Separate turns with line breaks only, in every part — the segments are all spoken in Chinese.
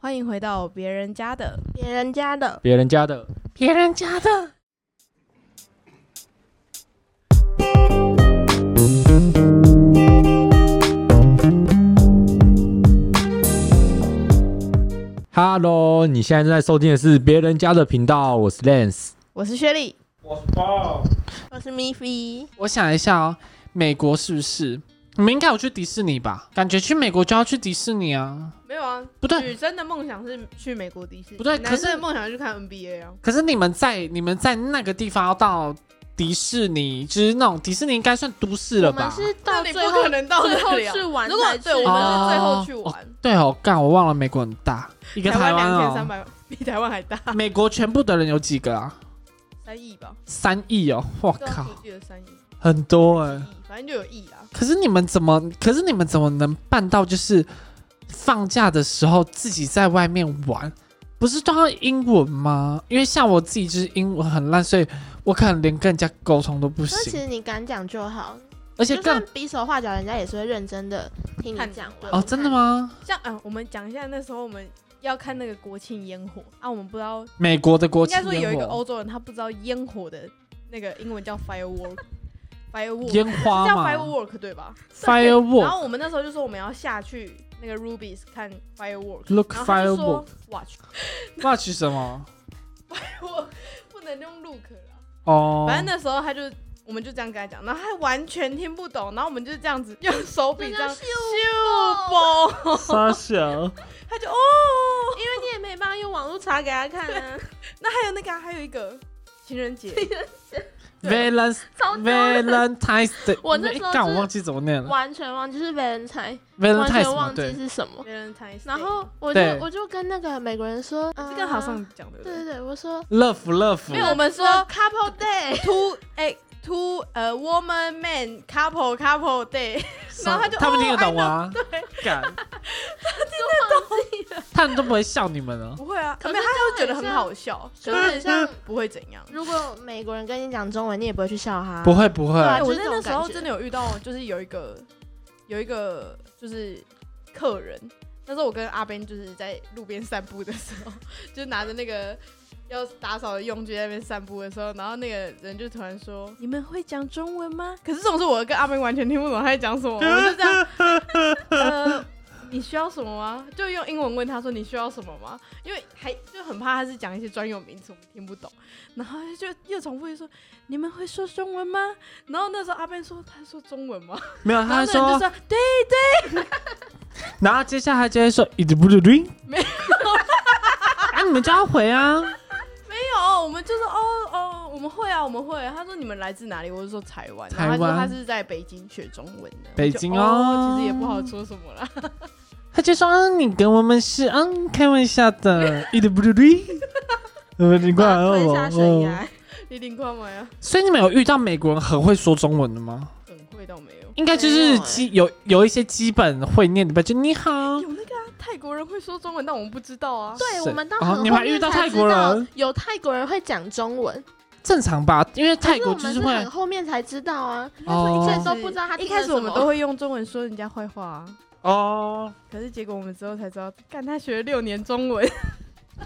欢迎回到别人家的，
别人家的，
别人家的，
别人家的。
Hello，你现在正在收听的是别人家的频道，我是 Lance。
我是薛丽。
我是咪菲，
我想一下哦，美国是不是？你们应该有去迪士尼吧？感觉去美国就要去迪士尼啊。
没有啊，
不对
女生的梦想是去美国迪士尼，
不对
男
可是
生的梦想是去看 NBA 啊。
可是你们在你们在那个地方要到迪士尼，就是那种迪士尼应该算都市了
我
吧
们？是
那
到
你不
最后
可能到
最
得
后
了
去玩
如果
才去
对，我们是最
哦
后去玩，
对哦，干我忘了美国很大，一个
台
台湾
两千三
哦。
百比台湾还大，
美国全部的人有几个啊？
三亿吧？
三亿哦，我
对啊
靠，
我记得三亿，
很多哎、
亿，反正就有亿啊。
可是你们怎么？可是你们怎么能办到？就是放假的时候自己在外面玩，不是都要英文吗？因为像我自己就是英文很烂，所以我可能连跟人家沟通都不
所以其
行，
实你敢讲就好，
而且
就
更
算比手画脚，人家也是会认真的听
看
你讲完。
哦，真的？吗？
像啊，我们讲一下那时候我们要看那个国庆烟火啊，我们不知道，
美国的国
应
庆
该说有一个
烟火，
欧洲人他不知道烟火的那个英文叫 firework，firework
烟花
叫
嘛
firework 对吧？然
，firework
后我们那时候就说我们要下去那个 Ruby's 看 firework，
look
然后他就
firework
说 watch，
watch 什么？
我不能用 look 了。
哦，
反正那时候他就，我们就这样跟他讲，然后他完全听不懂，然后我们就这样子用手比这样
就这
咻
样咻
嘣，
傻小，
他就哦。
因为你也没办法用网络查给他看 啊，
那还有那个啊、还有一个情人节，对
Valence
超丢人
Valentine's Day，
我那时候
哎干
是
我忘记怎么念了
完全忘记是别人才，完
，Valentine's
全
嘛
忘记
对，
是什么。
别人谈，
然后我就
对
我就跟那个美国人说，
这
这
个好像讲的
对
嗯
对对，我说哦
love love，
没有，我们说
couple day，
two 哎、two 呃 woman man couple couple day，然后他就
他们
哦
听得懂
I know，
吗？对， 敢，他听得懂，他们都不会笑你们哦了。
不会啊，
可
没
是
有，他
这
就
样
觉得
很
很
像
好笑，
就很像
不会怎样。
如果美国人跟你讲中文，你也不会去笑他。
不会不会，
对啊
哎，我
就
在
是这
那
种
时候
感觉
真的有遇到，就是有一个有一个就是客人，那时候我跟阿 Ben 就是在路边散步的时候，就拿着那个要打扫的用具在那边散步的时候，然后那个人就突然说：“你们会讲中文吗？”可是这种事我跟阿 Ben 完全听不懂他在讲什么，我们就这样，呃。你需要什么吗？就用英文问他说你需要什么吗？因为还就很怕他是讲一些专有名词我们听不懂，然后就又重复一说你们会说中文吗？然后那时候阿贝说他说中文吗？
没有，
然
他
后那人就，
说
说对，
然后接下来就会说 it blue ring，
没有
啊，你们就要回啊，
没有，我们就说哦哦，我们会啊，我们会。他说你们来自哪里？我就说台湾，然后他就
台
说
湾
他是在北京学中文的。
北京
我就哦
哦，
其实也不好说什么啦。
他就说，嗯，你跟我们是嗯开玩笑的 it blue ring，呃，你过来
把他
哦
推下悬
哦。
崖。
你领过吗呀？
所以你们有遇到美国人很会说中文的吗？
很会倒哦没有。
应该就
没有欸
是基有有一些基本会念的吧，就你好，
有那个、啊、泰国人会说中文，但我们不知道啊。
对，
嗯是
我们到
哦
很
你
后
还
面
遇到
才
泰
知
国
道
人
有泰国人会讲中文，
正常吧，因为泰国
可
就是是
我们
会
很后面才知道 啊。
哦
一开始都不知道他
一
听
开
了什么
始我们都会用中文说人家坏话啊，
哦。
可是结果我们之后才知道，干他学了六年中 文，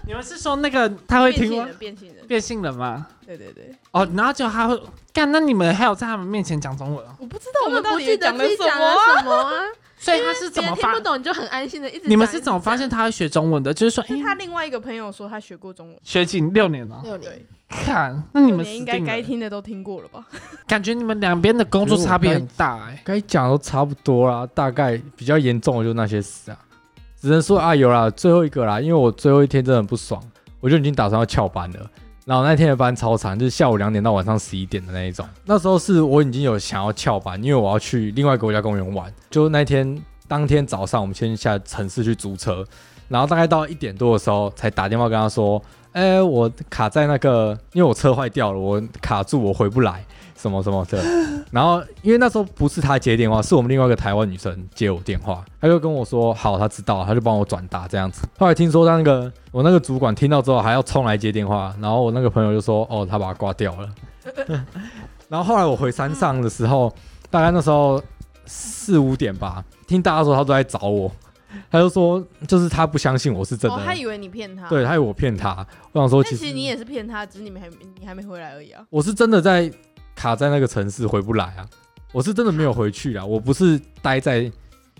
你们是说那个他会
变
听
性
吗？
人，变性人。
变性人吗？
对对对，
哦，然后就他会干，那你们还有在他们面前讲中文哦？
我不知道我
根
们
本
到
不
底
记得
讲了
自己
什
讲
么
了
啊。
什么 啊？
所以他是怎
别
么
人
发
听不？懂你就很安心的一直讲。
你们是怎
早
么发现他会学中文的？就是说，哎、
是他另外一个朋友说他学过中文，
学近六年了、
六
对
年？
看，那你们
六
死
年
定
应该该
了欸
听的都听过了吧？
感觉你们两边的工作差别很大哎、
该讲都差不多啦，大概比较严重的就那些事啊，只能说啊有啦，最后一个啦，因为我最后一天真的很不爽，我就已经打算要翘班了。然后那天的班超长，就是下午两点到晚上十一点的那一种。那时候是我已经有想要翘班，因为我要去另外一个国家公园玩。就那天当天早上，我们先下城市去租车，然后大概到一点多的时候才打电话跟他说：“哎、我卡在那个，因为我车坏掉了，我卡住，我回不来，什么什么的。”然后因为那时候不是他接电话，是我们另外一个台湾女生接我电话，她就跟我说好，她知道，她就帮我转达这样子。后来听说那个我那个主管听到之后还要冲来接电话，然后我那个朋友就说哦，他把他挂掉了。然后后来我回山上的时候，大概那时候四五点吧，听大家说他都在找我，他就说就是他不相信我是真的，
哦，他以为你骗他，
对，他以为我骗他。我想说
但
其
其
实
实你也是骗他，只是你们还没你还没回来而已啊。
我是真的在卡在那个城市回不来啊，我是真的没有回去啊，我不是待在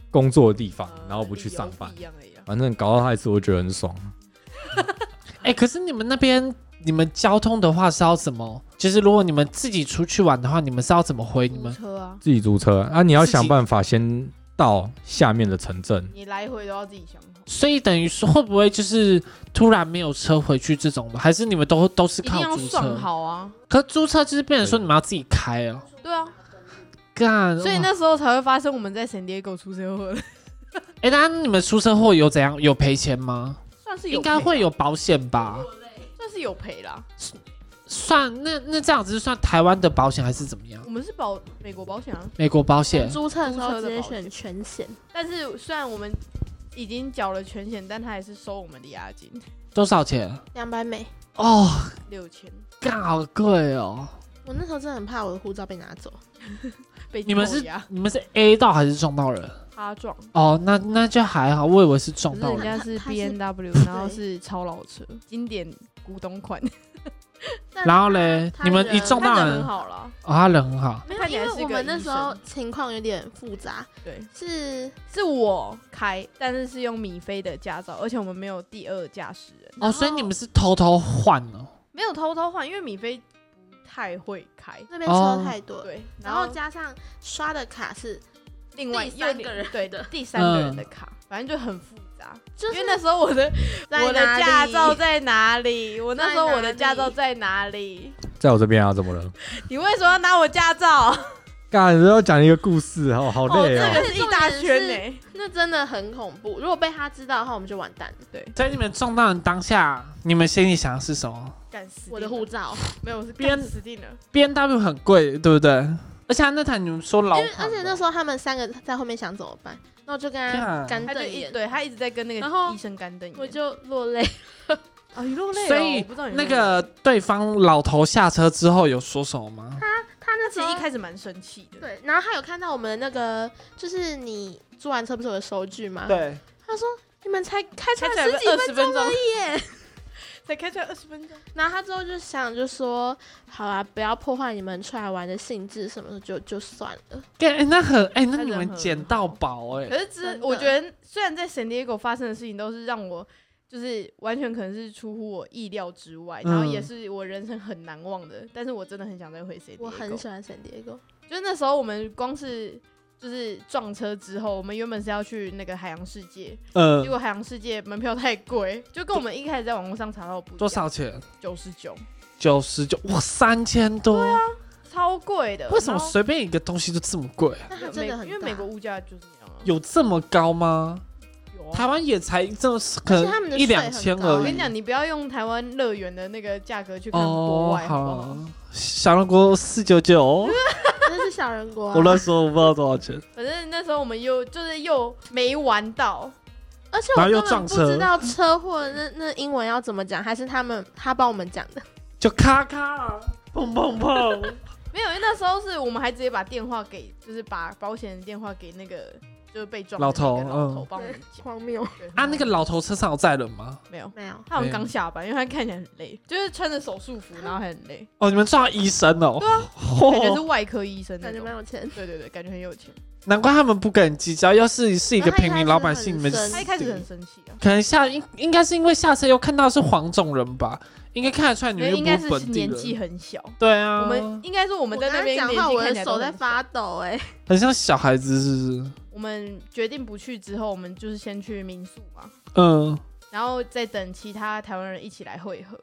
工作的地方，
哦
啊
然后不去上班
理由不，一样而已啊。
反正搞到他一次，我觉得很爽。
哎、可是你们那边你们交通的话是要怎么？就是如果你们自己出去玩的话，你们是要怎么哎回你
租
们？
车啊，
自己租车啊，你要
自己
想办法先到下面的城镇，
你来回都要自己想好，
所以等于说会不会就是突然没有车回去这种的？还是你们都都是
一定
靠
要
租
算
车？
好啊。
可租车就是变成说你们要自己开哦。
对啊，
干，
所以
哇
那时候才会发生我们在 San Diego 出车祸的，
哎，那、你们出车祸有怎样？有赔钱吗？
算是有
应该
赔啊
会有保险吧？
算是有赔啦。
算那那这样子是算台湾的保险还是怎么样？
我们是保美国保险啊，
美国保险？
租车的时
租
候
车
直
的
接
保险
选全险，
但是虽然我们已经缴了全险，但他还是收我们的押金
多少钱？
两百美。
哦，
六千。
干好贵哦！
我那时候真的很怕我的护照被拿走，
被
你们是
扣押
你们是 A 到还是撞到人？
他撞，
哦，那那就还好，我以为是
哦
可
撞
是
到
人
人。
家是
他他是
B N W，然后是超老车，经典古董款，
但
然后嘞，
他
你们
人
一撞
看
到
得
人，
很
哦，
好啦。
他人很好。
没有，
看起
因
来是
为
个
我们那时
医
候
生
情况有点复杂，
对，
是
是我开，但是是用米菲的驾照，而且我们没有第二驾驶人，
哦，所以你们是偷偷换哦。
没有偷偷换，因为米菲不太会开。
那边
哦
车太多，
对，
然
然
后
后
加上刷的卡是，
另外
第三
又
个人
对
的
第三个人的卡，
嗯
反正就很复杂。
就是
因为那时候我的
在
我的
哪里
驾照在哪 里？我那时候
在哪里
我的驾照在哪里？
在我这边啊，怎么了？
你为什么要拿我驾照？
干，然后讲一个故事，哦，好累
这
哦。
个是一大圈欸呢、
那真的很恐怖。如果被他知道的话，我们就完蛋了。
所以你们撞到人当下，你们心里想的是什么
干死定了
我的护照，
没有，我是
边
干死定了。
？B N W 很贵，对不对？而且他那台你们说老
因为
款的，
而且那时候他们三个在后面想怎么办，那我就跟他
干
干
他就
瞪
一
眼，
对他一直在跟那
然后
个医生干瞪眼，
我就落泪。
啊一路累哦，
所以
我不知道你
那个对方老头下车之后有说什么吗？
他那
其
时
实
候
一开始蛮生气的，
对，然后他有看到我们那个，就是你租完车不是有个收据吗？，
对，
他说你们才开出
开
来
起来
十几
二十分钟
而，已耶。
才开出来二十分钟，
然后他之后就想就说，好啊，不要破坏你们出来玩的兴致什么的，就就算了。
对，哎那很哎，那
他
你
人
们
很
捡到宝哎
可，是只
真的
我觉得虽然在 San Diego 发生的事情都是让我。就是完全可能是出乎我意料之外，
嗯
然后也是我人生很难忘的。但是我真的很想再回 San Diego。
我很喜欢 San Diego，
就是那时候我们光是就是撞车之后，我们原本是要去那个海洋世界，
呃
结，果海洋世界门票太贵，就跟我们一开始在网络上查到的不一样
多？少钱？
九十九，
九十九，哇，三千多。
超贵的。
为什么
然后
随便一个东西就这么贵？
那
美
他真的很
因为
大
美国物价就是那样啊。
有这么高吗？
有
台
啊。
湾也才这么可
而且他们的
能
税
一两千
很高
而
我
已。
跟你讲，你不要用台湾乐园的那个价格去看国
哦
外，，好不
好
好？，
小人国四九九，
那是小人国、啊。
我乱说，我不知道多少钱。
反正那时候我们又就是又没玩到，
而且
然
我
后又
根本
撞
不
车
知道车祸那那英文要怎么讲，还是他们他帮我们讲的。
就咔咔，砰砰砰，
没有，因为那时候是我们还直接把电话给，就是把保险的电话给那个就是被撞的
老头
那个老头
嗯
帮我们讲。
荒谬，
对
啊，那个老头车上有载人吗？
没有，
没有，
他好像刚下班，因为他看起来很累，就是穿着手术服，然后还很累，
哦，你们撞到医生哦，
感觉是
哦
外科医生那
感觉
种
蛮。有钱。
对对对，感觉很有钱。
难怪他们不跟你计较。要是是一个平民老百姓，你们
然后
他一开始很生气啊，
可能下应应该是因为下车又看到是黄种人吧，应该看得出来你
因
们
为
又
应
不
该
是
是
本地
年纪
人。
很小。
对啊，
我们应该说我们在那边
我跟他
年
讲话，
纪
我
看
的
起来都
手
很
在
小
发抖、哎，
很像小孩子，是不是？
我们决定不去之后，我们就是先去民宿嘛，
嗯，
然后再等其他台湾人一起来汇合。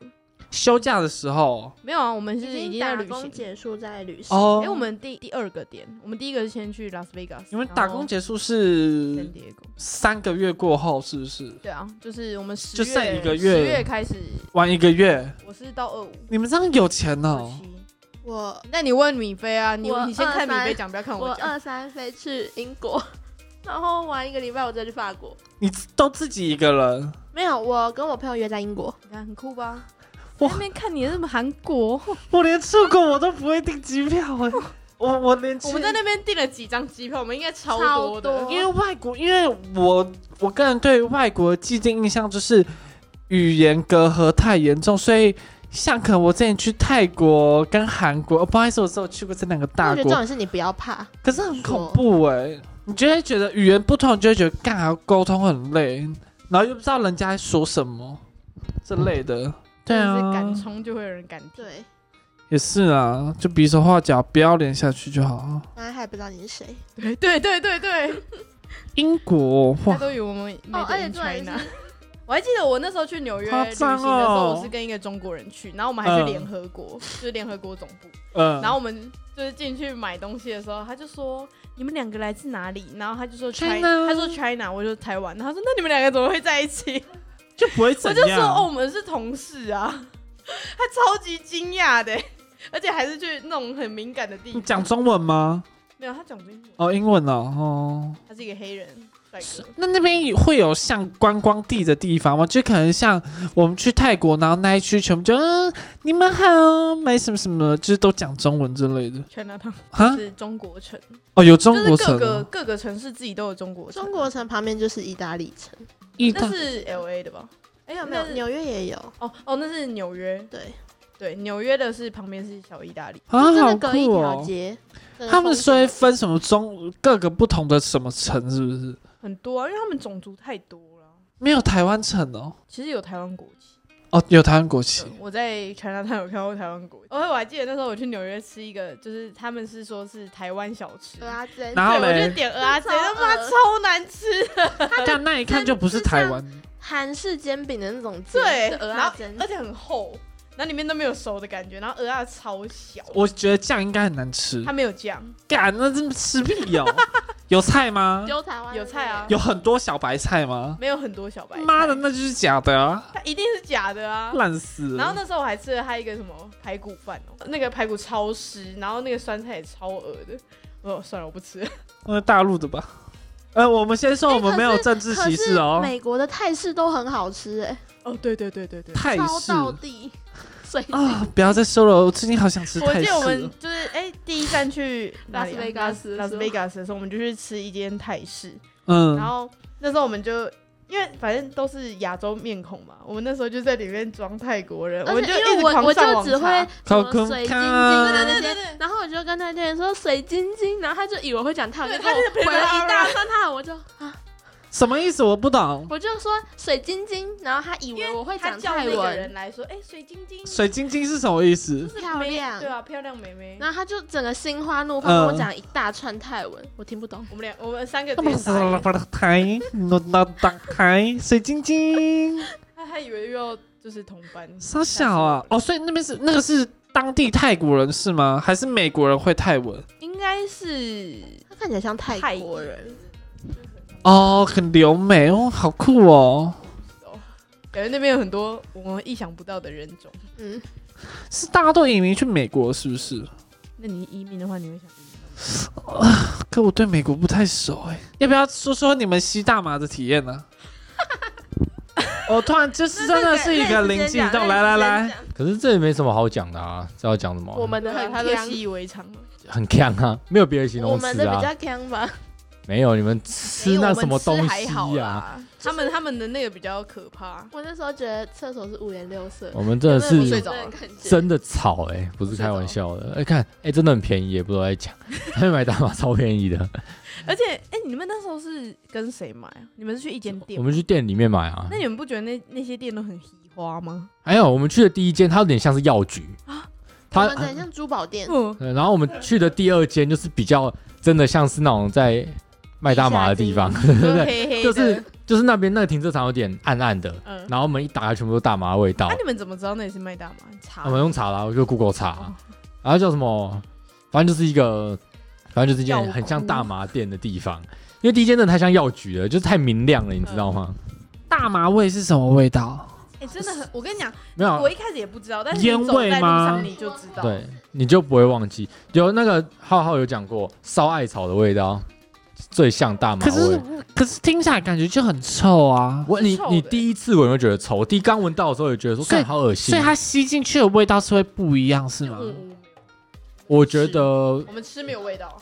休假的时候
没有啊，我们是已经在
打
旅
工
行。
结束再旅行。
哦，
哎、我们第第二个点，我们第一个是先去拉斯维加斯。
你们打工嗯结束是
San Diego
三个月过后，是不是？
对啊，就是我们十
就剩一个月
十月开始，
玩一个月，
我是到二五
你们这样有钱
二
哦、
七。
我
那你问米菲啊，你
我
你先看米
23
菲讲，不要看
我
讲。
二三飞去英国，然后玩一个礼拜，我再去法国。
你都自己一个人，
没有，我跟我朋友约在英国。
你看很酷吧？
哇
在那边看你的什么韩国，
我连出国我都不会订机票哎、我我连
我们在那边订了几张机票，我们应该超
超
多的。
多
因为外国，因为我我个人对外国的既定印象就是语言隔阂太严重，所以像可能我之前去泰国跟韩国，哦不好意思，我只有去过这两个
我
大
觉得重
国，
点是你不要怕，
可是很恐怖哎、你就会觉得语言不通，你就会觉得干还要沟通很累，然后又不知道人家在说什么这类的。对
就是
啊
敢，冲就会有人敢听。
对，
也是啊，就比手画脚，不要脸下去就好了。
然后还不知道你是谁。
对哎对对对对，
英国
他
哇，
都以为我们没
哦，而且重点
呢。
是，
我还记得我那时候去纽约
夸
旅行
张
的时候，
哦
我是跟一个中国人去，然后我们还去
嗯
联合国，就是联合国总部。
嗯，
然后我们就是进去买东西的时候，他就说你们两个来自哪里？然后他就说
China
他说 China，我就台湾。然后他说那你们两个怎么会在一起？
就不会
我
怎
就
样。
说哦，我们是同事啊， 他超级惊讶的，而且还是去那种很敏感的地
你
方。
讲中文吗？
没有，他讲英文，
哦，英文哦，
他是一个黑人帅哥。
那那边会有像观光地的地方吗？就可能像我们去泰国，然后那一区全部就、嗯、你们好，买什么什么，就是都讲中文之类的
China Town
哈，
是中国城，
哦，有
就
中
是
国
各
城
个
哦，
各个城市自己都有中国城。
中国城旁边就是意大利城，
意大
那是 L A 的吧？哎呀，
没有
那是
纽约也有，
哦哦，那是纽约。
对，
对，纽约的是旁边是小意大利。
啊，
就真
好
的隔一
酷
条
哦。
街。真的
他们
风景
说会分什么中各个不同的什么城，是不是？
很多啊，因为他们种族太多了。
没有台湾城哦，
其实有台湾国旗，
哦，有台湾国旗
对嗯我在 China Town 有看过台湾国 旗。而哦且我还记得那时候我去纽约吃一个，就是他们是说是台湾小吃，
对啊，真的
然后
对，我
嘞
就点蚵仔煎，他
超
妈
恶
超难吃。
但那一看就不是台湾。
韩式煎饼的那种煎，
对，
是
然
鹅啊
后
煎
而，且很厚，然后里面都没有熟的感觉，然后蚵仔超小，
我觉得酱应该很难吃
它，没有酱，
干那这么吃 屁哦！有菜吗？
有台湾
有菜啊
有很多小白菜吗？
没有很多小白菜。
妈的，那就是假的啊，
它一定是假的啊！
烂死了！
然后那时候我还吃了他一个什么排骨饭哦，那个排骨超湿，然后那个酸菜也超恶的。哦，算了，我不吃了。
那大陆的吧？呃，我们先说
哎
我们没有
可是
政治
可
歧视
是
哎
哦，
美国的泰式都很好吃哎，
哦，对对对对对。
泰
超
式
道地，水
啊，不要再说了，我最近好想吃
我
泰
记
式
得我们
了。
就是哎、第一站去
拉斯维加斯
拉斯
是吗
维加斯的时候，我们就去吃一间泰式。然
嗯，
后那时候我们就因为反正都是亚洲面孔嘛，我们那时候就在里面装泰国人，我
而
们
且
就
因为
一直
我
狂
我
上
就
网
只会
查。
什
考
么
空
水晶晶的
咖
那
对对对
些
对，
然后我就跟那些人说水晶晶，然后他就以为会讲泰文，
对
结
他
果
就啊
我回了一大串泰文，我就
什么意思？我不懂。
我就说水晶晶，然后他以为我会
他
讲
叫
泰
那个人
文，
来说，哎、水晶晶，
水晶晶是什么意 思？
就是
漂
妹
亮
对啊，漂亮妹妹。
然后他就整个心花怒放，跟我讲一大串泰文，我听不懂。
我们俩我们三个
那
直
么
接傻眼，
台，我那打开水晶晶，
他还以为又要就是同班，
傻小啊！哦，所以那边是那个是当地泰国人是吗？还是美国人会泰文？
应该是
他看起来像泰
泰
国
国
人，
人，
哦，很留美哦，好酷哦！
感觉那边有很多我们意想不到的人种。
嗯，
是大家都移民去美国是不是？
那你移民的话，你会想移民吗？
可我对美国不太熟哎、要不要说说你们吸大麻的体验呢、我突然就是真的是一个灵机一动，来来来，，
可是这也没什么好讲的啊，这要讲什么？
哦
我们的很
他都
强，
习以为常了。
很强啊，没有别的形
我
容
们
词
的比
啊，
较强吧。
没有你们吃那什么东
没有我们吃还好
西呀、啊？
啦他们他们的那个比较可怕。
我那时候觉得厕所是五颜六色，
我们真的
有没有睡
是
着
那种感觉
真的吵哎、不是开玩笑的。哎、看哎、真的很便宜，也不知道在 讲，他们买大麻超便宜的。
而且，哎、你们那时候是跟谁买啊？你们是去一间店
我
吗？
们去店里面买啊
那。你们不觉得那那些店都很奇花 吗？
还有我们去的第一间，它有点像是药局，
我
它啊
们很像珠宝 店，
嗯，
呃然后我们去的第二间就是比较真的像是那种在卖大麻的地方，对
都
对对，
黑黑的。
就是就是那边那个停车场有点暗暗的，
嗯，
然后门一打开全部都大麻的味道
那、。你们怎么知道那里是麦大麻？查
我们哦用查啦，我就 Google 查，然后叫什么，反正就是一个，反正就是一
药
间
库
很像大麻店的地方，因为第一间真的太像药局了，就是太明亮了，你知道吗？
嗯
大麻味是什么味道？
哎、真的很，我跟你讲，
没有啊
我，一开始也不知道，但是
烟
你走在
味
路
吗
上你就知道。
对，你就不会忘记。有那个浩浩有讲过烧艾草的味道，最像大麻
可是
味。
可是听起来感觉就很臭啊，
我你
臭的欸
你第一次闻会觉得臭，我第一刚闻到的时候也觉得说，
所以
干好恶心
所以。它吸进去的味道是会不一样是吗？
嗯，
我觉得
我们吃没有味道，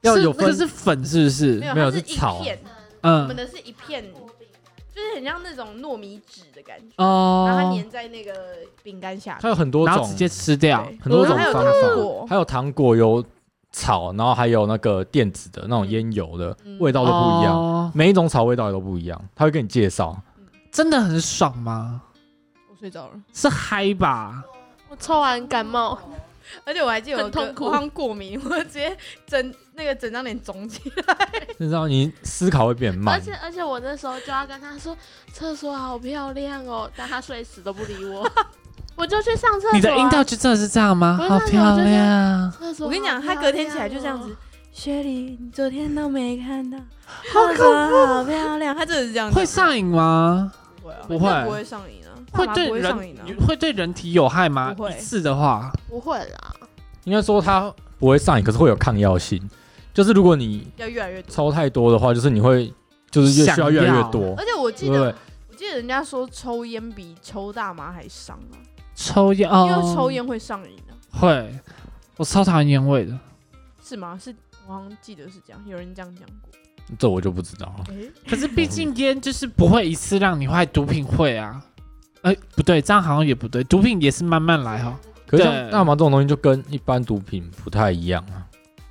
要
是
有
那
分
个是粉是不是？
有，
没有
它是
是草
一片，我们
嗯
的是一片，就是很像那种糯米纸的感觉，然后它
哦，
粘在那个饼干下
它
面，
有很多
然
种
后直接吃掉
对
很多种
然
方
后还
法
有糖果，
还有糖果有草，然后还有那个电子的那种
嗯
烟油的
嗯
味道都不一样，
样，
每一种草味道也都不一样，他会跟你介绍。
哦真的很爽吗？
我睡着了，
是嗨吧？
我抽完感冒，
而且我还记得我
很痛苦
我好像过敏， 我直接整那个整张脸肿起来，
你知道你思考会变
而
慢，
且而且我那时候就要跟他说厕所好漂亮哦，但他睡死都不理我， 我就去上厕所啊、
你的阴道就真的是这样吗
不？
啊
是
好
那种
漂
就是
亮，
厕所好漂亮哦，哦
我跟你讲，他隔天起来就这样子，雪莉，你昨天都没看到，
好
好可好漂亮，他真的是这样讲，
会上瘾吗？
不会啊？
不会
那不会上瘾啊，
会
爸爸
对
不会上瘾啊？
人会对人体有害吗？
不会
一次的话，
不会啦，
应该说它不会上瘾，可是会有抗药性。就是如果你
要越来越多。
抽太多的话，就是你会就是越需要越来越多，
而且我记
对不对
得，？我记得人家说抽烟比抽大麻还伤啊，
抽烟
因为
哦，
抽烟会上瘾啊，
会，我超讨厌烟味的。
是吗？是我好像记得是这样，有人这样讲过。
这我就不知道了。
诶
可是毕竟烟就是不会一次让你坏，毒品会啊。哎、不对，这样好像也不对，毒品也是慢慢来哦哈。
可是
对
像大麻这种东西就跟一般毒品不太一样啊，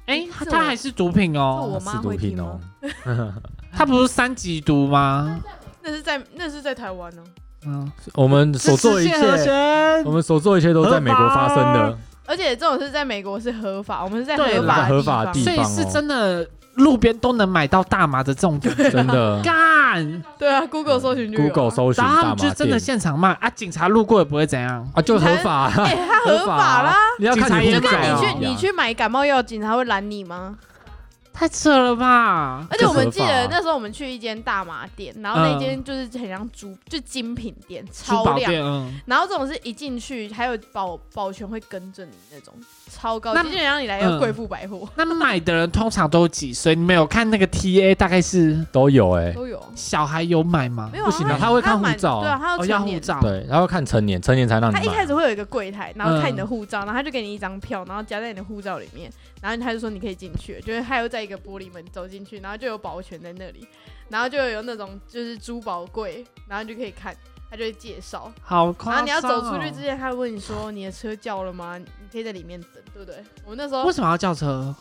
哎、
这
它
我
它还是毒品
这
哦
我，
是
妈
毒
会听
品哦
吗。
它不是三级毒吗？
那是在那是在台湾啊呢、
嗯，
我们所做的一
支持谢和
切，
弦
我们所做的一切都在美国发生
合
的。
而且这种是在美国是合法，我们是在
对
合法
在合法的地
所
方哦
以是真的，路边都能买到大麻的这种感觉。
真的
干，
对啊，Google 搜寻就有啊
，Google 搜寻
然后他
大
们就
麻
真的
店
现场卖啊，警察路过也不会怎样。
啊，就合法啊，
哎、它合法啦。
你要看你
警察也
护
在
照
那
哦
你
啊
去你去买感冒药，警察会拦你吗？
太扯了吧！
而且我们
这合
记
法啊
得
嗯
那时候我们去一间大麻店，然后那间就是很像珠，就精品店，
珠
超
宝
亮。
店，嗯，
然后这种是一进去，还有保保全会跟着你那种，超高
那
级，就很像你来
嗯
个贵妇百货、
那买的人通常都几岁？你们有看那个 TA 大概是
都有哎，
都有。啊
小孩有买吗
没？有、啊、
不行啊
他
他会看护
满
照啊
对啊，他要
哦，要
成
护
年。
照。
对，然后看成年，成年才让你
他一开
买。
始会有一个柜台，然后看你的
嗯
护照，然后他就给你一张票，然后夹在你的护照里面，然后他就说你可以进去，就是他又在一个玻璃门走进去，然后就有保全在那里，然后就有那种就是珠宝柜，然后你就可以看，他就会介绍。
好
然
夸
后
张、哦
你要走出去之，前，他会问你说你的车叫了吗？你可以在里面等，对不对？我那时候
为什么要叫车？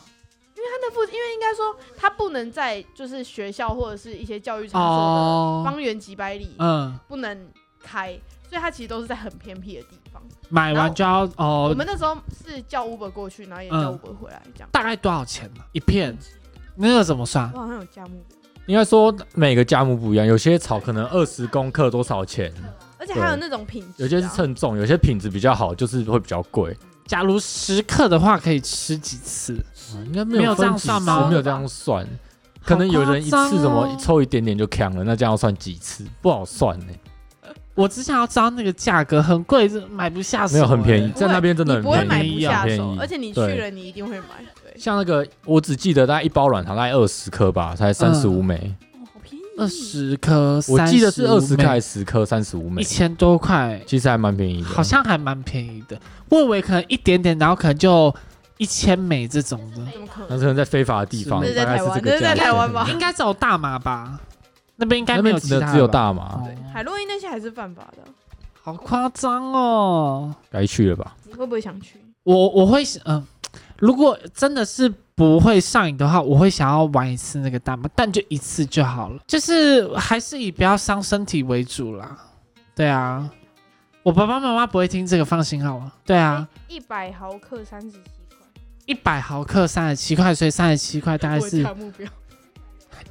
他那附，因为应该说他不能在就是学校或者是一些教育场所的
哦，
方圆几百里
嗯，
不能开，所以他其实都是在很偏僻的地方。
买完就要
我
哦，
们那时候是叫 Uber 过去，然后也叫
嗯
Uber 回来，这样。
大概多少钱呢、一片，那个怎么算？
我好像有价目表，
应该说每个价目不一样，有些草可能二十公克多少钱，
而且还有那种品质啊、
有些是称重，有些品质比较好，就是会比较贵。
假如十克的话，可以吃几次？
嗯应该没
没有
有
这样
分几
算
次
吗
没有这样算，可能有人一次怎
好夸
么
张哦
抽一点点就扛了，那这样要算几次？不好算欸呢。
我只想要知道那个价格，很贵，这买不下手、
没有很便宜
欸
不会
在那边真的很
你不会买
便
不
宜啊
下
很便
手，
宜
而且你去了你一定会买，对，
像那个，我只记得大概一包软糖大概二十颗吧，才三十
嗯
五枚，
哦，好便宜，
二，十颗，
我记得是二十
克
颗还是十颗，三十五枚
一，千多块，
其实还蛮便宜的。
好像还蛮便宜的。我以为可能一点点，然后可能就一千美这种的，
怎么可
那
能？
是可能在非法的地方，
那
是
是在
大概
台
是这
湾，
个
那是在
价钱
台湾吧？
应该只有大麻吧？那边应该
那
没
边
有
只
其他
能
的
只有
吧，哦
大麻，
对，海洛因那些还是犯法的，
好夸张哦！
该去了吧？
你会不会想去？
我我会嗯、如果真的是不会上瘾的话，我会想要玩一次那个大麻，但就一次就好了，就是还是以不要伤身体为主啦。对啊，我爸爸妈妈不会听这个，放心好了。对啊，
一百毫克三十七块，
一百毫克三十七块，所以三十七块大概
我有
是
价目标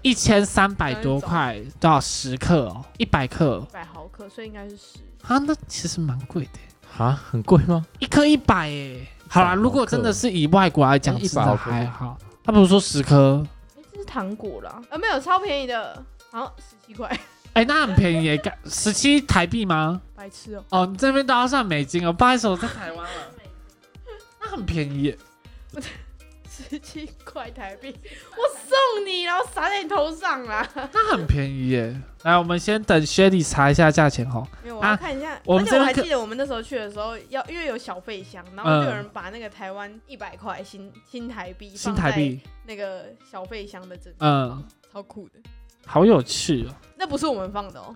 一千三百多块，多少十克哦，一百克
一百毫克，所以应该是十。
啊，那其实蛮贵的，
啊，很贵吗？
一克一百哎。好啦，
毫克
如果真的是以外国来讲，
100
真的
毫克
还好。他不是说十颗，
哎，这是糖果啦，啊，没有，超便宜的，好像十七块，
哎、那很便宜耶，十七台币吗？
白痴哦，
哦，你这边都啊要算美金哦，不好意思，我在台湾了。那很便宜耶，
十七块台币，我送你，然后撒在你头上啦。
那很便宜耶。来，我们先等 Shelly 查一下价钱哈。
没有，我
啊
要看一下。
我们
而
这
且
边
我还
可
记得我们那时候去的时候，要因为有小费箱，然后就有
嗯
人把那个台湾一百块新新台币
新
放
台
在
币，
那个小费箱的正中，
嗯，
超酷的。
好有趣哦。
那不是我们放的哦，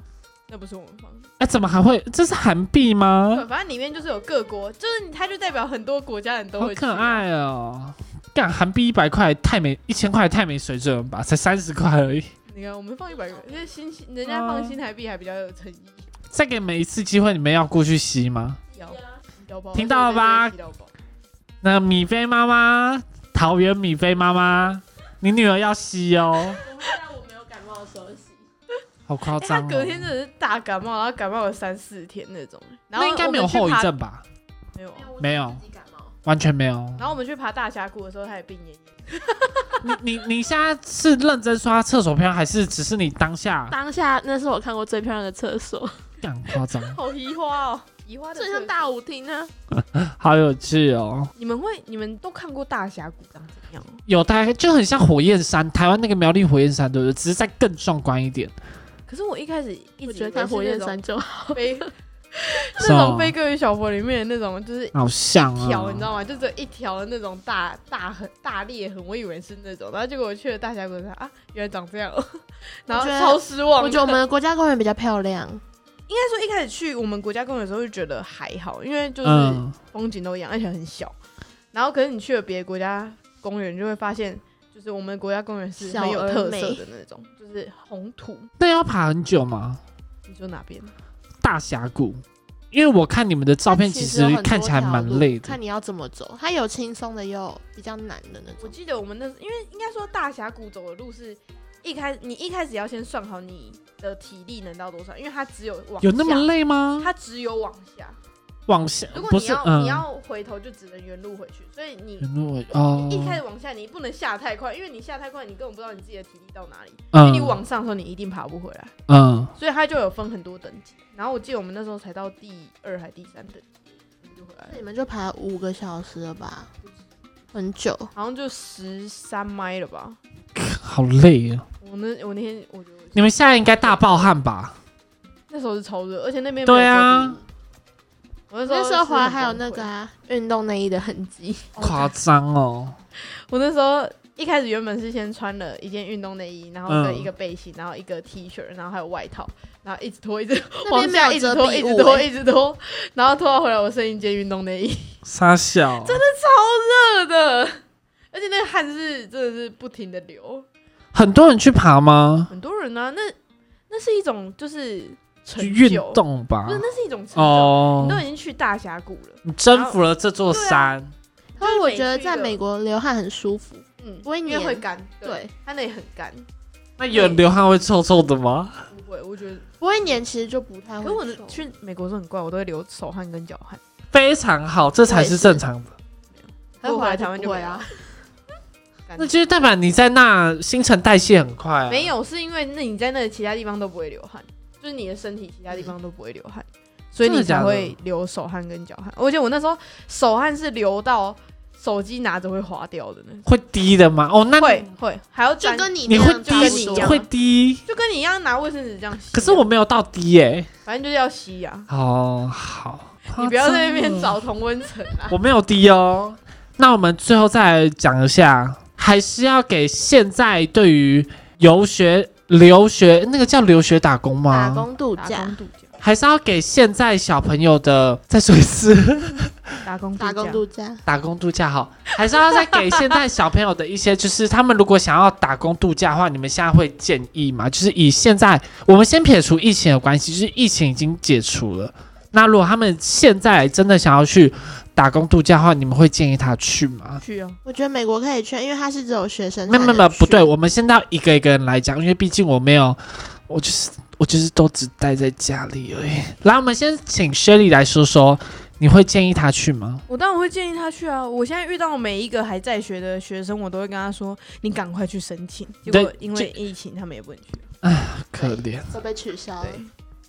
那不是我们放的。
哎，怎么还会？这是韩币吗
对，？反正里面就是有各国，就是它就代表很多国家人都
好
会去
可
啊。
爱哦。干韩币一百块太没，一千块太没水准了吧？才三十块而已。
你看，我们放一百个，那新人家放新台币还比较有诚意。
再给你们一次机会，你们要过去吸吗？
腰腰包，
听到了吧
腰包
那米菲妈妈，桃园米菲妈妈，你女儿要吸哦，
我会在我没有感冒的时候洗。
好夸
哎他
张、哦。
隔天真的是大感冒，然后感冒了三四天那种。然后
那应该没有
我们去
后遗
爬，
症吧？
没有。啊
没有
自己感冒。
完全没有。
然后我们去爬大峡谷的时候，他也病恹恹。
你你你现在是认真刷厕所票，还是只是你当下
当下那是我看过最漂亮的厕所，
干夸张？
好移花 哦，移花的
最
特
像
色
大舞厅啊呢。
好有趣哦！
你们会，你们都看过大峡谷长怎样吗？
有大概就很像火焰山，台湾那个苗栗火焰山，对不对？只是再更壮观一点。
可是我一开始一
我
直
觉
以
得
为
看
是
火焰
那种
山就
飞，
是
那种
哦
飞哥与小佛里面的那种，就是
好像啊，
条，你知道吗？就只有一条的那种大大痕、大裂痕，我以为是那种，然后结果我去了大峡谷，啊，原来长这样哦， 然后
我觉得
超失望的。
我觉得我们的国家公园比较漂亮，
应该说一开始去我们国家公园的时候就觉得还好，因为就是
嗯，
风景都一样，而且很小。然后可是你去了别的国家公园，就会发现。就是我们国家公园是很有
小而
特
美
色的那种，就是红土。
那要爬很久吗？
你说哪边？
大峡谷，因为我看你们的 照片，
它
其
实有很
实
多
看起来蛮
条
累
路
的。
看你要怎么走，它有轻松的，也有比较难的那
我
种。
记得我们那时，因为应该说大峡谷走的路是一开，你一开始要先算好你的体力能到多少，因为它只有往下
有那么累吗？
它只有往下。
往下
如果
不
你
是
要、
嗯
你，要回头，就只能原路回去，所以你。
原路哦，
一开始往下，你不能下太快，因为你下太快，你根本不知道你自己的体力到哪里。所以
嗯
你往上的时候，你一定爬不回来。
嗯，
所以它就有分很多等级。然后我记得我们那时候才到第二还第三等级，我们就回来
那
了，
你们就爬五个小时了吧？很久，
好像就十三迈了吧。
嗯好累啊！
我那我那天我觉得我
你们现在应该大暴汗吧？
那时候是超热，而且那边没有
对啊
遮蔽物。我
那
那
时
时
候
候
滑还有那个啊运动内衣的痕迹，
夸张哦，
我那时候一开始原本是先穿了一件运动内衣，然后跟
嗯
一个背心，然后一个 T 恤，然后还有外套，然后一直脱，一直
那
往
边没
下，
有
一直
遮
脱，一
蔽
直
物、
脱，
欸。
一直脱， 然后脱到回来我剩一件运动内衣，
傻笑，真的
超热的，而且那个汗是真的是不停的流，
很多人去爬吗？
很多人呢、啊，那那是一种就是成
去运
就，
动吧
不是，。那是一种成就，
哦
你，都已经去大峡谷了，
你征服了这座
啊
山，
因为我觉得
就是每去一个
在美国流汗很舒服，
嗯，
不会
因为
黏
会干，
对，
它那里很干，
那有人流汗会臭臭的吗？
不会，我觉得。
不会黏，其实就不太
可
会
是
臭。
我的去美国是很怪，我都会流手汗跟脚汗，
非常好，这才是正常的。
可是
我回
回来
来台湾就
不会
没
啊
了。感
那就是代表你在那新陈代谢很快、啊，
没有，是因为那你在那其他地方都不会流汗，就是你的身体其他地方都不会流汗，所以
真的
你才
假的
会流手汗跟脚汗。而且我那时候手汗是流到手机拿着会滑掉的呢，
会低的吗？哦，那你
会会还要
就
沾
跟你
你
那
会
样
低
差不
就跟你一
多
样
会低，
就跟你一样拿卫生纸这样吸啊。
可是我没有到低耶、
反正就是要吸呀、
哦，好，
你不要在那
夸
边
张
找
哦，
同温层啊。
我没有低哦。那我们最后再讲一下，还是要给现在对于游学、留学那个叫留学打工吗？
打工度
打
假
工、度假，
还是要给现在小朋友的再说一次。
打工
打工
度
度假，
打工度假好，还是要再给现在小朋友的一些，就是他们如果想要打工度假的话，你们现在会建议吗？就是以现在我们先撇除疫情的关系，就是疫情已经解除了，那如果他们现在真的想要去打工度假的话，你们会建议他去吗
假？去啊，
我觉得美国可以去，因为它是只有学生才
没有没有没有
能去
不对，我们现在要一个一个人来讲，因为毕竟我没有，我就是我就是都只待在家里而已。来，我们先请 Shelly 来说说，你会建议他去吗？
我当然会建议他去啊！我现在遇到每一个还在学的学生，我都会跟他说：“你赶快去申请。”结
对
果因为疫情，他们也不能去。
可怜。
都被取消了。
对，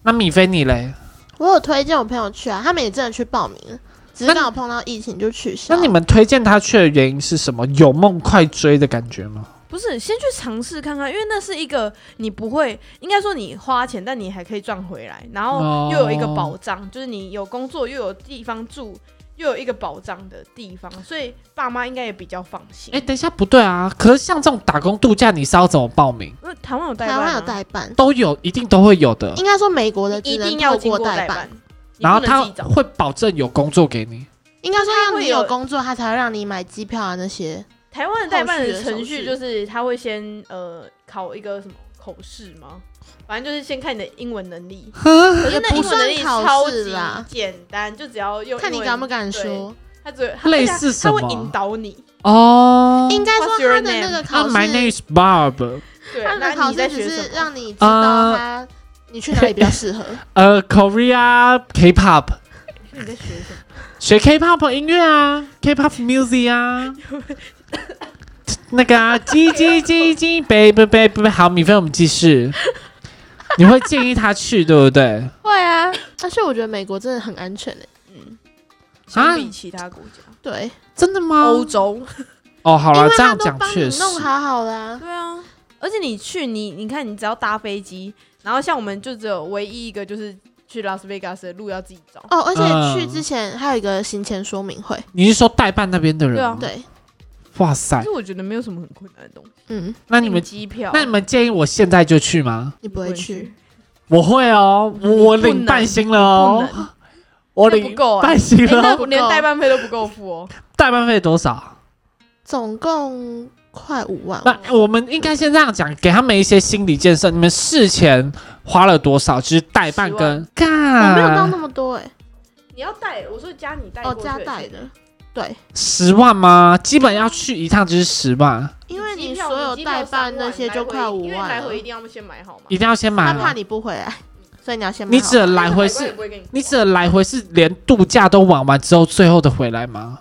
那米菲你嘞？
我有推荐我朋友去啊，他们也真的去报名了，只是刚好碰到疫情就取消。
那你们推荐他去的原因是什么？有梦快追的感觉吗？
不是，先去尝试看看，因为那是一个你不会，应该说你花钱，但你还可以赚回来，然
哦
后又有一个保障，就是你有工作，又有地方住，又有一个保障的地方，所以爸妈应该也比较放心。
哎、等一下，不对啊！可是像这种打工度假，你是要怎么报名？
因为台湾有代
台
办吗，
湾有代办，
都有，一定都会有的。
应该说美国的
你一
只能
定要
透
经
过
过代
办
办，，你
然后
不能
他
自己找。
会保证有工作给你。
应该说
他
让
会
你
有
有工作，他才会让你买机票啊那些。
台湾的代办
后
的
续的手
程序
续
就是他会先呃考一个什么口试吗？反正就是先看你的英文能 力，可是那英文能力
也不算考
超
试
级
啦
简单，就只要用
看你
英文
敢不敢
对
说。
他只会他而
类
且他
似什么
他会引导你，
哦，
应该说
嗯 What's your
他的那个
name？哦
考试，
My name is Bob。
对，
他的
那
考
你在
试
学
只
什
是
么？啊
让你知道他你去哪里比较 适合。
呃，Korea K-pop，
那你在学什么？
学 K-pop 音乐啊，K-pop music 啊。那个啊，叽叽叽叽，baby baby，好，米菲，我们继续。你会建议他去，对不对？
会啊，但是我觉得美国真的很安全诶、欸
嗯，相
啊
比其他国家，
对，
真的吗？
欧洲
哦，好
因
了
为，
这
他
样
都
讲
帮
确
你
实。
弄好好啦、
对啊，而且你去你你看你只要搭飞机，然后像我们就只有唯一一个就是去拉斯维加斯的路要自己找，
哦，而且去
嗯
之前还有一个行前说明会，
你是说代办那边的人
对啊
吗？
对，
哇
但
塞，
是我觉得没有什么很困难的东西。
嗯，
那你们
订机票，
那你们建议我现在就去吗？
你不会去，
我会哦，我我
你不能
领半薪了
不
哦，
能，
我
那
领
不
啊
够欸
半薪
哎那
了哦，
我连代办费都不够付哦。
代办费多少？
总共快五万，
那我们应该先这样讲，给他们一些心理建设。你们事前花了多少？就是代办跟
我没有到
干
那么多诶、
你要带，我说加你带
哦
过去
加
钱
带的，，对，
十万吗？基本要去一趟就是十万，
因为你
机票
所有
机票
代办
3万
那些就快
来回
五
因为
万
来回一
了，
定要先买好嘛。
一定要先买
他怕
了。
你不回来， 所以你要先买
你
好
指的来
那海关
回
也
是，
不会给你，
你指的来回是连度假都玩完之后最后的回来吗？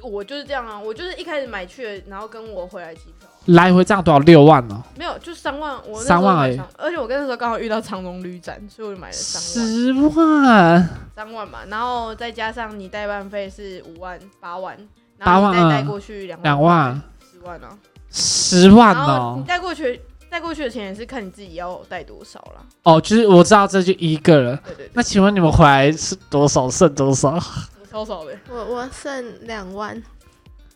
我就是这样啊，我就是一开始买去了，然后跟我回来机票，啊
来回这样多少？六万哦，
没有就三万，我那时
三
候
万而
买
已
三，而且我跟那时候刚好遇到长隆旅展，所以我就买了三万，
十万。
三万嘛，然后再加上你代办费是五万八万，然
八
后
万
你再带
啊
过去两
两
万
万、
十万啊，
十万
然后你
哦，
带过去带过去的钱也是看你自己要带多少啦。
哦，就是我知道这就一个人。
对对对，
那请问你们回来是多少剩多少？
我超少的。
我我剩两万，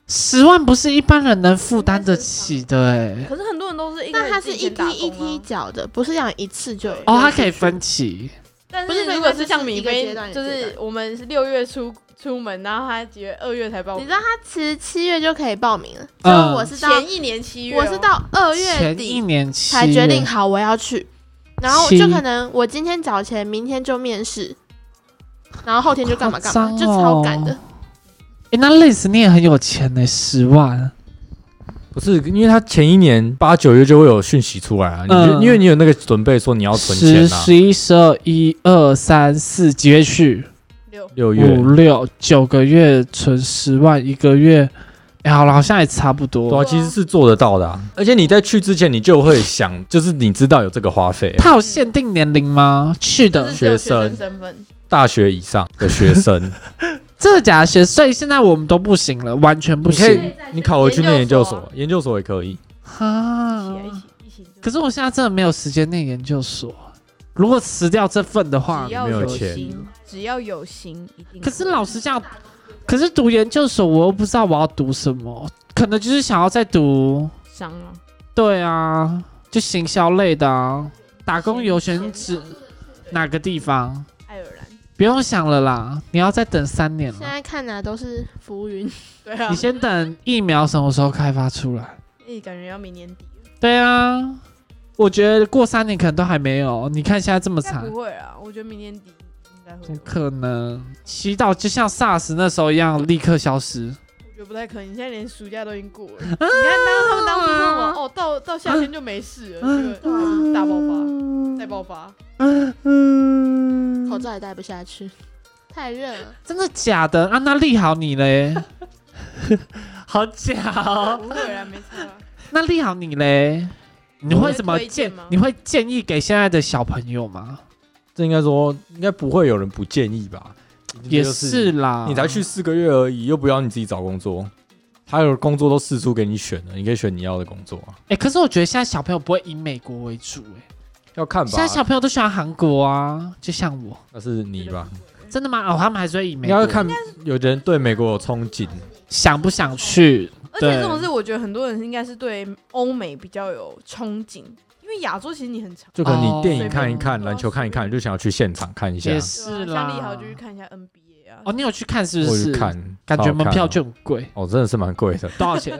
十万不是一般人能负担得起的哎、
可是很多人都是一
但
开
它
始
是
自己
一
先
梯
打
一
工
梯
啊，
缴的，不是要一次就
对
哦，它可以分期，
但
不是
如果
就是
是像米
一个阶
菲
段，一个
就
阶
是
段
我们是六月初出门，然后他几月二月才报
你
名
知，道他其实七月就可以报名了，所
嗯
以我是到、
前一年七月哦，
我是到二月
前一
底
年期
才决定好我要去，然后就
七
可能我今天找钱，明天就面试，然后后天就干嘛干
好夸
嘛，
张
就超赶的
哦。哎、那累死你也很有钱呢、欸十万。
不是，因为他前一年八九月就会有讯息出来啊，你就
嗯
因为你有那个准备说你要存
十、
钱啊，
十一、十二、一二三四，几月去？
六
六月
五六九个月存十万，一个月，哎、好了，好像也差不多。
对啊，其实是做得到的、啊，而且你在去之前你就会想，就是你知道有这个花费，
它有限定年龄吗？去
就
的
是只有
学
学
生
生身份，
大学以上的学生，
真的假的学？所以现在我们都不行了，完全不
你可以
行
你考回去念研究
研
所，研究所也可以。
啊！
一起一起一起。
可是我现在真的没有时间念研究所。如果辞掉这份的话
只，要
没有钱
心，只要有心，一定。
可是老实讲，可是读研究所我又不知道我要读什么，可能就是想要再读，
伤啊，
对啊，就行销类的啊，打工游选指哪个地方？
爱尔兰，
不用想了啦，你要再等三年
现
了。
在看哪都是浮云，
对啊
你，先等疫苗什么时候开发出来？
哎，感觉要明年底了，
对啊，我觉得过三年可能都还没有。你看现在这么
应该
惨
不，会啊，我觉得明年底应该会
怎
有
么，可能？祈祷就像 SARS 那时候一样，立刻消失。
我觉得不太可能。你现在连暑假都已经过了， 你看当他们当初说什么哦，到到夏天就没 事了，这个大爆发，再爆发，
口罩也戴不下去，太热了。
嗯真的假的？啊，那利好你 嘞？好假哦！
不会啊，没错啊。
那利好你嘞？你会怎么
我会推
建
荐吗？
你会建议给现在的小朋友吗？
这应该说应该不会有人不建议吧？
也
就是
啦，
你才去四个月而已，又不要你自己找工作，他有工作都试出给你选了，你可以选你要的工作啊，
哎、可是我觉得现在小朋友不会以美国为主、哎，
要看
现在小
吧，
朋友都喜欢韩国啊，就像我，
那是你吧，
真的吗？哦，他们还是会以美
你
国
要看有的人对美国有憧憬，
想不想去，
而且
对
这种事，我觉得很多人应该是对欧美比较有憧憬，因为亚洲其实你很常
就可能
哦
你电影看一看，
对
篮球看一看，就想要去现场看一下
也，
对
是
啊
啦。
像丽豪就去看一下 NBA 啊。
哦，你有去看是不
我
是？
去看，
感觉门票
超好看
就很 贵，
哦，真的是蛮贵的，
多少钱？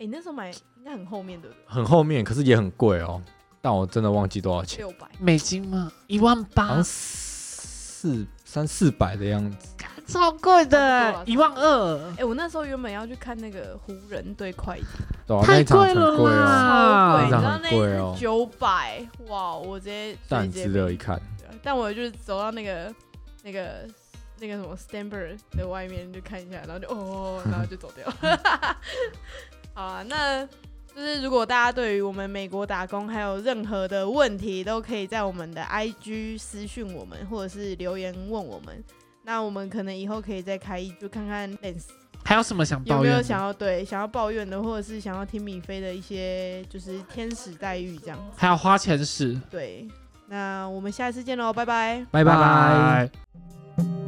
哎、那时候买应该很后面的
很后面，可是也很贵哦，但我真的忘记多少钱，
六百，
美金吗？一万
好
八
像，四三四百的样子，
超贵
差不
的
多啊，
一万二
哎、，我那时候原本要去看那个湖人对快艇，
对啊，那
太
一场很
了
贵哦。
超贵，
啦
你知道那
非常贵哦
一九百、哇，我直接
但值得一。看，
直接被啊但我就是走到那个那个那个什么 Stamper 的外面就看一下，然后就 哦，然后就走掉。 好啊，那就是如果大家对于我们美国打工还有任何的问题，都可以在我们的 IG 私讯我们，或者是留言问我们。那我们可能以后可以再开一，就看看 Lens
还有什么想
有
抱
没
怨的？
有想要对想要抱怨的，或者是想要听米菲的一些就是天使待遇这样子？
还有花钱史，
对，那我们下一次见喽，拜拜。
拜
拜拜。